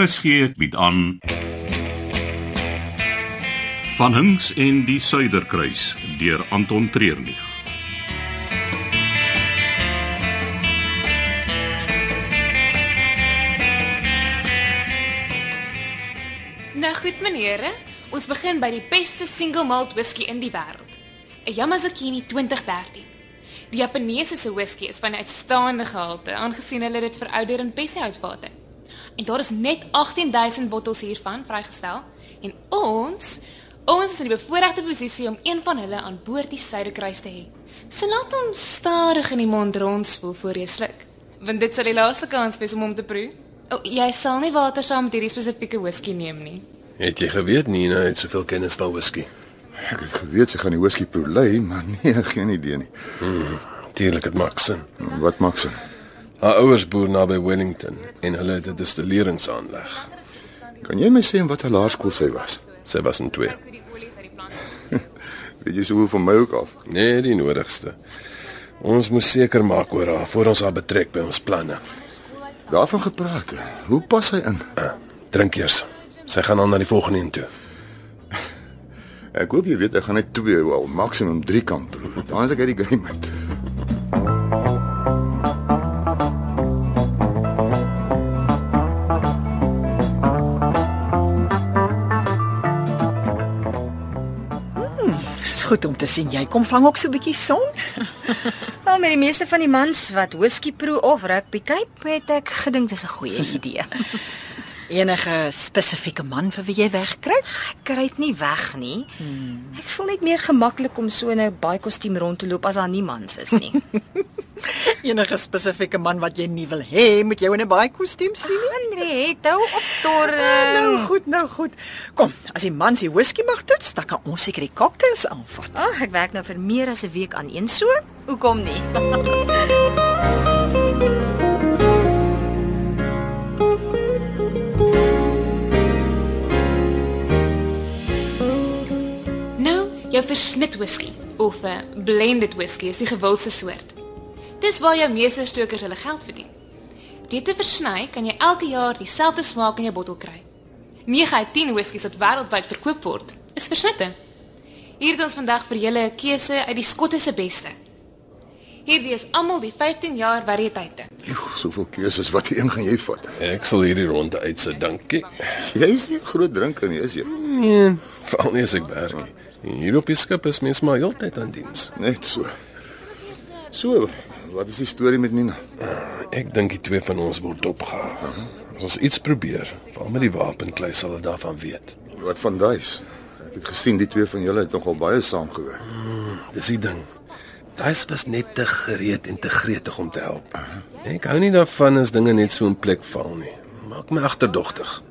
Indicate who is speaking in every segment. Speaker 1: RSG bied aan Van Hinks en die Suiderkruis deur Anton Treurnig.
Speaker 2: Nou goed menere, ons begin by die beste single malt whisky in die wêreld. 'n Yamazakini 2013. Die Japaneese whisky is van 'n uitstaande gehalte, aangesien hulle dit verouder in bessehoutfate. En daar is net 18000 bottels hiervan vrygestel en ons ons is in die bevoordeelde posisie om een van hulle aan boord die Suiderkruis te hê. So laat hom stadig in die mond rondspoel voor jy sluk, want dit sal die laaste kans wees om hom te proe. O, jy sal nie water saam met hierdie spesifieke whisky neem nie.
Speaker 3: Het jy geweet Nina het soveel kennis van whisky?
Speaker 4: Ek het geweet sy gaan die whisky proe lei, maar nee, geen idee nie.
Speaker 3: Tuurlik dit maak sin.
Speaker 4: Wat maak sin?
Speaker 3: Haar ouers boer naby Wellington en hulle het 'n destilleringsaanleg.
Speaker 4: Kan jy my sê in watter laerskool sy was?
Speaker 3: Sy was in twee.
Speaker 2: Ek weet die olies uit die plant.
Speaker 4: Weet jy so hoe van my ook af?
Speaker 3: Nee, die nodigste. Ons moet seker maak oor haar voor ons haar betrek by ons planne.
Speaker 4: Daarvan gepraat. Hoe pas hy in?
Speaker 3: Drink eers. Sy gaan dan na die volgende een toe.
Speaker 4: Ek hoop jy weet ek gaan net 2 wel, maksimum 3 kan proe. Dan is ek uit die game uit.
Speaker 5: Dis goed om te sien jy kom vang ook so 'n bietjie son.
Speaker 6: Wel met die meeste van die mans wat whisky proe of rugby kyk, het ek gedink dis 'n goeie idee.
Speaker 5: Enige spesifieke man vir wie jy wegkruip? Hmm.
Speaker 6: Ek kruip nie weg nie. Ek voel net meer gemaklik om so in 'n baie kostuum rond te loop as daar nie mans is nie.
Speaker 5: Enige spesifieke man wat jy nie wil hê moet jou in 'n baie kostuum sien.
Speaker 6: Andre, nee, het hou op
Speaker 5: Ah, nou
Speaker 6: torre.
Speaker 5: goed, nou goed. Kom, as die man se whisky mag toets, dan kan ons seker die cocktails aanvat.
Speaker 6: Ag, ek werk nou vir meer as 'n week aan een so. Hoekom nie?
Speaker 2: Nou, jou versnit whisky of 'n blended whisky is die gewildste soort. Dis waar jou meesterstokers hulle geld verdien. Dit te versny kan jy elke jaar dieselfde smaak in jou bottel kry. 9 uit 10 whiskies wat wêreldwyd verkoop word, is versnitte. Hier het ons vandag vir julle 'n keuse uit die Skotte se beste. Hierdie is almal die 15 jaar variëteite.
Speaker 4: Joe, soveel keuses wat een gaan jy vat?
Speaker 3: Ek sal hierdie ronde uitsit, dankie.
Speaker 4: Jy is nie 'n groot drinker nie, is jy?
Speaker 3: Nee, veral nie as ek werk nie. En Hier op die skip is mens maar heeltyd aan diens.
Speaker 4: Net so. So, wat is die storie met Nina?
Speaker 3: Ek dink die twee van ons word dopgehou. As ons iets probeer, veral met die wapenklei sal hulle daarvan weet.
Speaker 4: Wat van daai's? Ek het gesien die twee van julle het nogal baie saam gewerk.
Speaker 3: Dis die ding. Daai's was net te gereed en te gretig om te help. Ek hou nie daarvan as dinge net so in plek val nie. Maak my agterdogtig.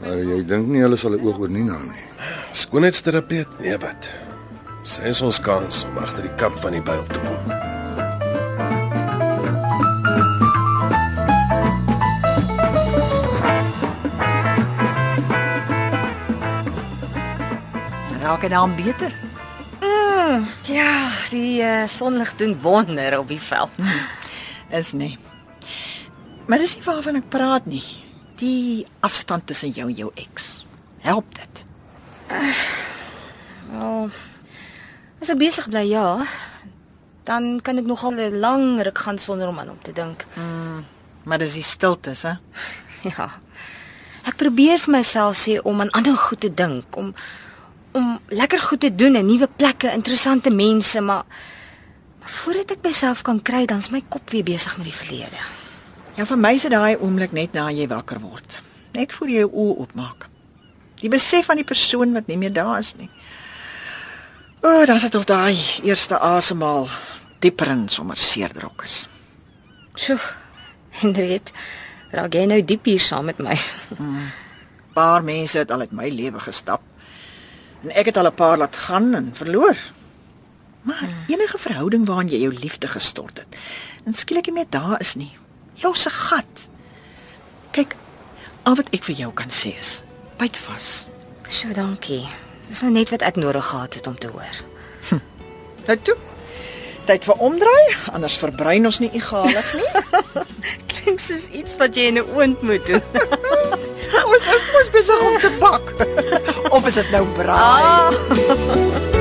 Speaker 4: Maar jy dink nie hulle sal 'n oog oor Nina hou nie.
Speaker 3: Skoonheidsterapeut? Nee, wat? Sy is ons kans om agter die kap van die byl te kom.
Speaker 5: Dan raak dit dan beter.
Speaker 6: Ja, die uh, sonlig doen wonder op die veld.
Speaker 5: Hm. Is nie. Maar dis nie waarvan ek praat nie. Die afstand tussen jou en jou ex. Help dit.
Speaker 6: Eh, Wel, as ek besig bly, ja, dan kan ek nogal 'n lang ruk gaan sonder om aan hom te dink.
Speaker 5: Mm, Maar dis die stiltes, hè?
Speaker 6: Ja. Ek probeer vir myself sê om aan ander goed te dink, om om lekker goed te doen en nuwe plekke, interessante mense, maar, maar voordat ek myself kan kry, dan's my kop weer besig met die verlede.
Speaker 5: Ja, vir my is dit daai oomblik net na jy wakker word. Net voor jy jou oë oopmaak. Die besef van die persoon wat nie meer daar is nie. O, oh, dan is dit of daai eerste asemhaal dieper en sommer seerdrok is.
Speaker 6: Sjoe. Hendriet, raak jy nou diep hier saam met my?
Speaker 5: Paar mense het al uit my lewe gestap. En ek het al 'n paar laat gaan en verloor. Maar enige verhouding waarin jy jou liefde gestort het, en skielik nie meer daar is nie, los 'n gat. Kyk, al wat ek vir jou kan sê is, byt vas.
Speaker 6: Sjoe, dankie. Dis nou net wat ek nodig gehad het om te hoor.
Speaker 5: Nou toe. Tyd vir omdraai, anders verbrein ons nie egalig nie.
Speaker 6: Klink soos iets wat jy in 'n oond moet doen.
Speaker 5: o Ons is mos besig om te bak. Of is dit nou braai?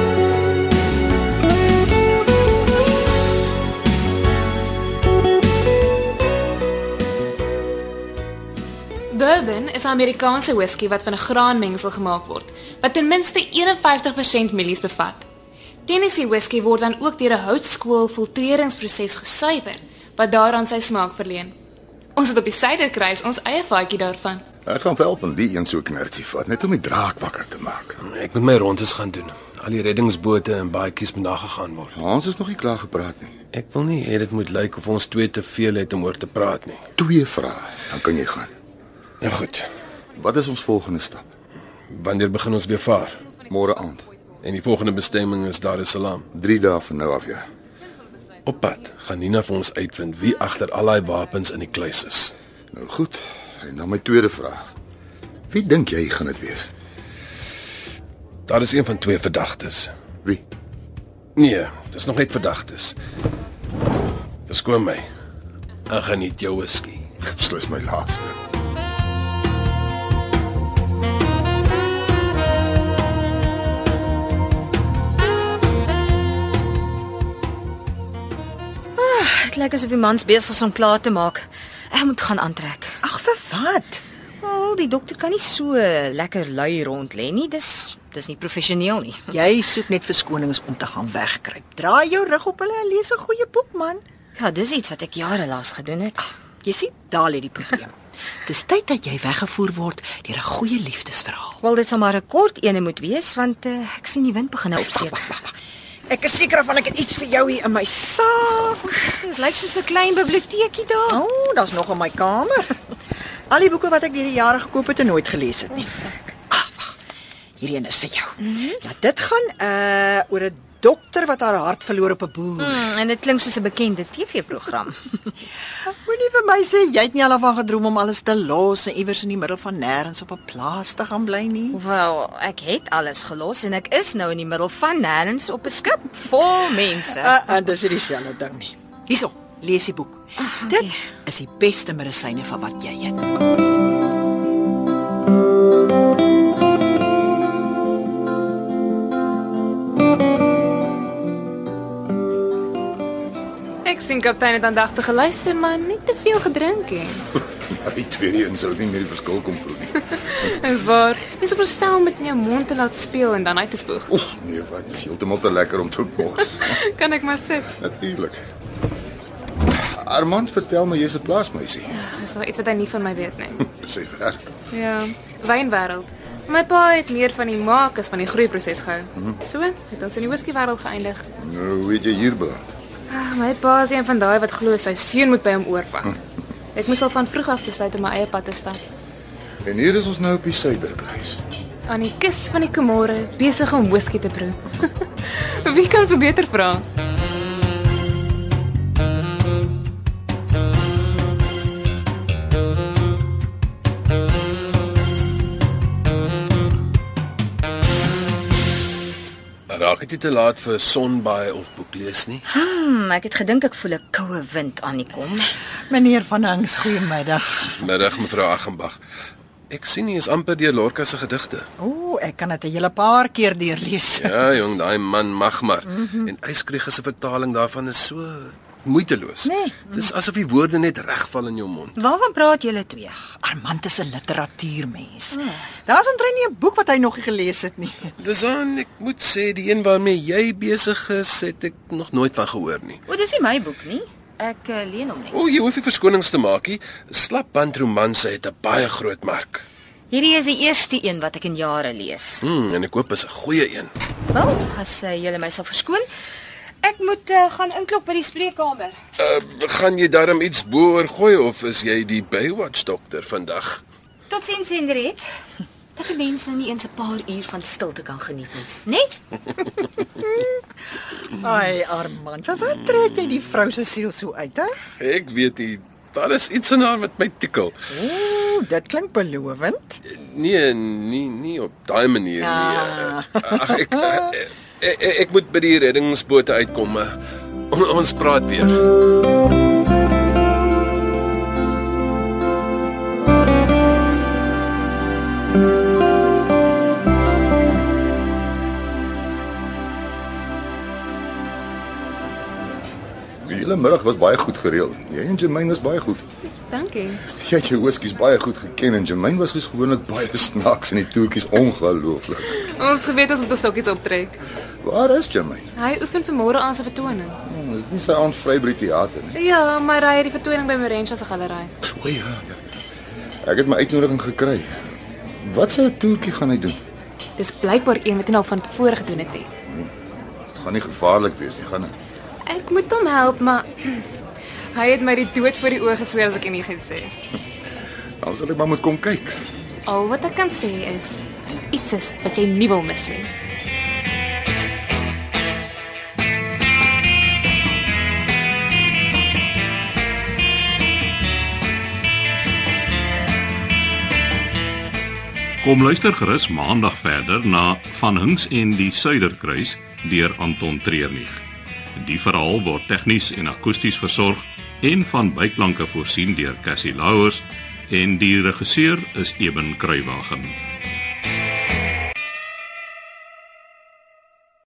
Speaker 2: Bourbon is 'n Amerikaanse whisky wat van 'n graanmengsel gemaak word wat ten minste 51% mielies bevat. Tennessee whisky word dan ook deur 'n houtskool filtreringsproses gesuiwer wat daaraan sy smaak verleen. Ons het op die suiderkruis ons eie vaatjie daarvan.
Speaker 4: Ek gaan wel van die een so knertsie vat, net om die draak wakker te maak.
Speaker 3: Ek moet my rondes gaan doen. Al die reddingsbote en baadjies moet nagegaan word.
Speaker 4: Maar ons is nog nie klaar gepraat nie.
Speaker 3: Ek wil nie hê dit moet lyk of ons twee te veel het om oor te praat nie.
Speaker 4: Twee vrae, dan kan jy gaan.
Speaker 3: Nou goed.
Speaker 4: Wat is ons volgende stap?
Speaker 3: Wanneer begin ons weer vaar?
Speaker 4: Môre aand,
Speaker 3: En die volgende bestemming is Dar es Salaam.
Speaker 4: 3 dae van nou af, ja.
Speaker 3: Op pad gaan Nina vir ons uitvind wie agter al daai wapens in die kluis is.
Speaker 4: Nou goed, en dan my tweede vraag. Wie dink jy gaan dit wees?
Speaker 3: Daar is een van twee verdagtes.
Speaker 4: Wie?
Speaker 3: Nee, dis nog net verdagtes. Verskoon my. Ek geniet jou whisky.
Speaker 4: Beslis my laaste.
Speaker 6: Dit lyk asof die mans besig is om klaar te maak. Ek moet gaan aantrek.
Speaker 5: Ag vir wat?
Speaker 6: Wel, die dokter kan nie so lekker lui rond lê nie. Dis dis nie professioneel nie.
Speaker 5: Jy soek net verskonings om te gaan wegkruip. Draai jou rug op hulle en lees 'n goeie boek man.
Speaker 6: Ja, dis iets wat ek jare lank gedoen het.
Speaker 5: Jy sien, daar lê die probleem. Dis tyd dat jy weggevoer word deur 'n goeie liefdesverhaal.
Speaker 6: Wel, dit sal maar 'n kort ene moet wees want uh, ek sien die wind begin nou opsteek.
Speaker 5: Ek is seker van ek het iets vir jou hier in my saak.
Speaker 6: Dit lyk soos 'n klein biblioteekie daar.
Speaker 5: O, oh, daar's nog in my kamer. Al die boeke wat ek hierdie jare gekoop het en nooit gelees het nie. Ah, wag. Hierdie een is vir jou. Ja, dit gaan uh oor 'n dokter wat haar hart verloor op 'n boer.
Speaker 6: Hmm, en dit klink soos 'n bekende TV-program.
Speaker 5: Moenie vir my sê jy het nie al daarvan gedroom om alles te los en iewers in die middel van nêrens op 'n plaas te gaan bly nie.
Speaker 6: Wel, ek het alles gelos en ek is nou in die middel van nêrens op 'n skip vol mense.
Speaker 5: Uh, uh dis nie dieselfde ding nie. Hierso, lees die boek. Ah, okay. Dit is die beste medisyne van wat jy eet.
Speaker 2: Ek sien kaptein het aandagtig geluister, maar nie te veel gedrink nie.
Speaker 4: Die tweede een sou nie meer die verskil kom proe nie.
Speaker 2: Dis waar. Mens moet stel met in jou mond te laat speel en dan uit te spoeg.
Speaker 4: Oef, nee, wat is heeltemal te lekker om te mors.
Speaker 2: Kan ek maar sit?
Speaker 4: Natuurlik. Armand, vertel my jy's 'n plaasmeisie.
Speaker 2: Dis nou iets wat hy nie van my weet nie.
Speaker 4: Sy werk.
Speaker 2: Ja, wynwêreld. My pa het meer van die maak as van die groeiproses gehou. So het ons in die whiskywêreld geëindig.
Speaker 4: Nou weet jy hier beland.
Speaker 2: Ag, my pa is een van daai wat glo sy seun moet by hom oorvat. Ek moes al van vroeg af besluit om my eie pad te stap.
Speaker 4: En hier is ons nou op die suiderkruis.
Speaker 2: Aan die kus van die Komore besig om whisky te proe. Wie kan verbeter vra?
Speaker 3: Raak dit nie te laat vir sonbaai of boeklees nie.
Speaker 6: Hmm, ek het gedink ek voel 'n koue wind aan die kom.
Speaker 5: Meneer Van Hangs, goeiemiddag.
Speaker 3: Middag mevrou Aggenbach. Ek sien nie is amper deur Lorca se gedigte.
Speaker 5: Ooh, ek kan dit 'n hele paar keer deurlees.
Speaker 3: Ja, jong, daai man mag maar. Mm -hmm. En Yskrieg se vertaling daarvan is so moeiteloos.
Speaker 5: Nee.
Speaker 3: Dis asof die woorde net regval in jou mond.
Speaker 6: Waarvan praat julle twee?
Speaker 5: Armand is 'n literatuurmens.
Speaker 6: Hmm.
Speaker 5: Daar's omtrent nie 'n boek wat hy nog nie gelees het nie.
Speaker 3: Dis aan ek moet sê die een waarmee jy besig is, het ek nog nooit van gehoor nie.
Speaker 6: O, dis nie my boek nie. Ek uh, leen hom net.
Speaker 3: O, jy hoef nie verskonings te maak nie. Slapband romanse het 'n baie groot mark.
Speaker 6: Hierdie is die eerste een wat ek in jare lees.
Speaker 3: Hmm, en ek hoop is 'n goeie een.
Speaker 6: Wel, as uh, julle my sal verskoon, ek moet uh, gaan inklop by die spreekkamer.
Speaker 3: Uh, gaan jy darm iets bo oor gooi of is jy die Baywatch dokter vandag?
Speaker 6: Totsiens Hendriet. Dat die mense nie eens 'n paar uur van stilte kan geniet nie, né? Nee?
Speaker 5: Ai, Armand, vir wat trek jy die vrou se siel so uit, hè?
Speaker 3: Ek weet nie, daar is iets in haar wat my tikkel.
Speaker 5: Ooh, dit klink belovend.
Speaker 3: Nee, nie nie op daai manier nie.
Speaker 5: Ah.
Speaker 3: Eh, Ag ek, eh, ek ek ek moet by die reddingsbote uitkom. eh. On, ons praat weer.
Speaker 4: Julle middag was baie goed gereël. Jy en Germain was baie goed. Ja,
Speaker 2: Dankie.
Speaker 4: Jy het jou whiskies baie goed geken en Germain was soos gewoonlik baie snaaks in die toertjies ongelooflik.
Speaker 2: Ons geweet ons moet ons sokkies optrek.
Speaker 4: Waar is Germain?
Speaker 2: Hy oefen vir môre aan sy vertoning.
Speaker 4: Hmm, Dis nie sy aand Vryheid teater nie.
Speaker 2: Ja, maar hy het die vertoning by Marentia se galery.
Speaker 4: O ja. ja. Ek het my uitnodiging gekry. Wat se toertjie gaan hy doen?
Speaker 2: Dis blykbaar een wat hy al van tevore gedoen het. He.
Speaker 4: Dit gaan nie gevaarlik wees nie, gaan dit?
Speaker 2: Ek moet hom help, maar hy het my die dood voor die oë gesweer as ek enigiets sê.
Speaker 4: Dan sal ek maar moet kom kyk.
Speaker 2: Al wat ek kan sê is iets is wat jy nie wil mis nie.
Speaker 1: Kom luister gerus maandag verder na Van Hinks en die Suiderkruis deur Anton Treurnig. Die verhaal word tegnies en akoesties versorg en van byklanke voorsien deur Cassie Louws en die regisseur is Eben Kruiwagen.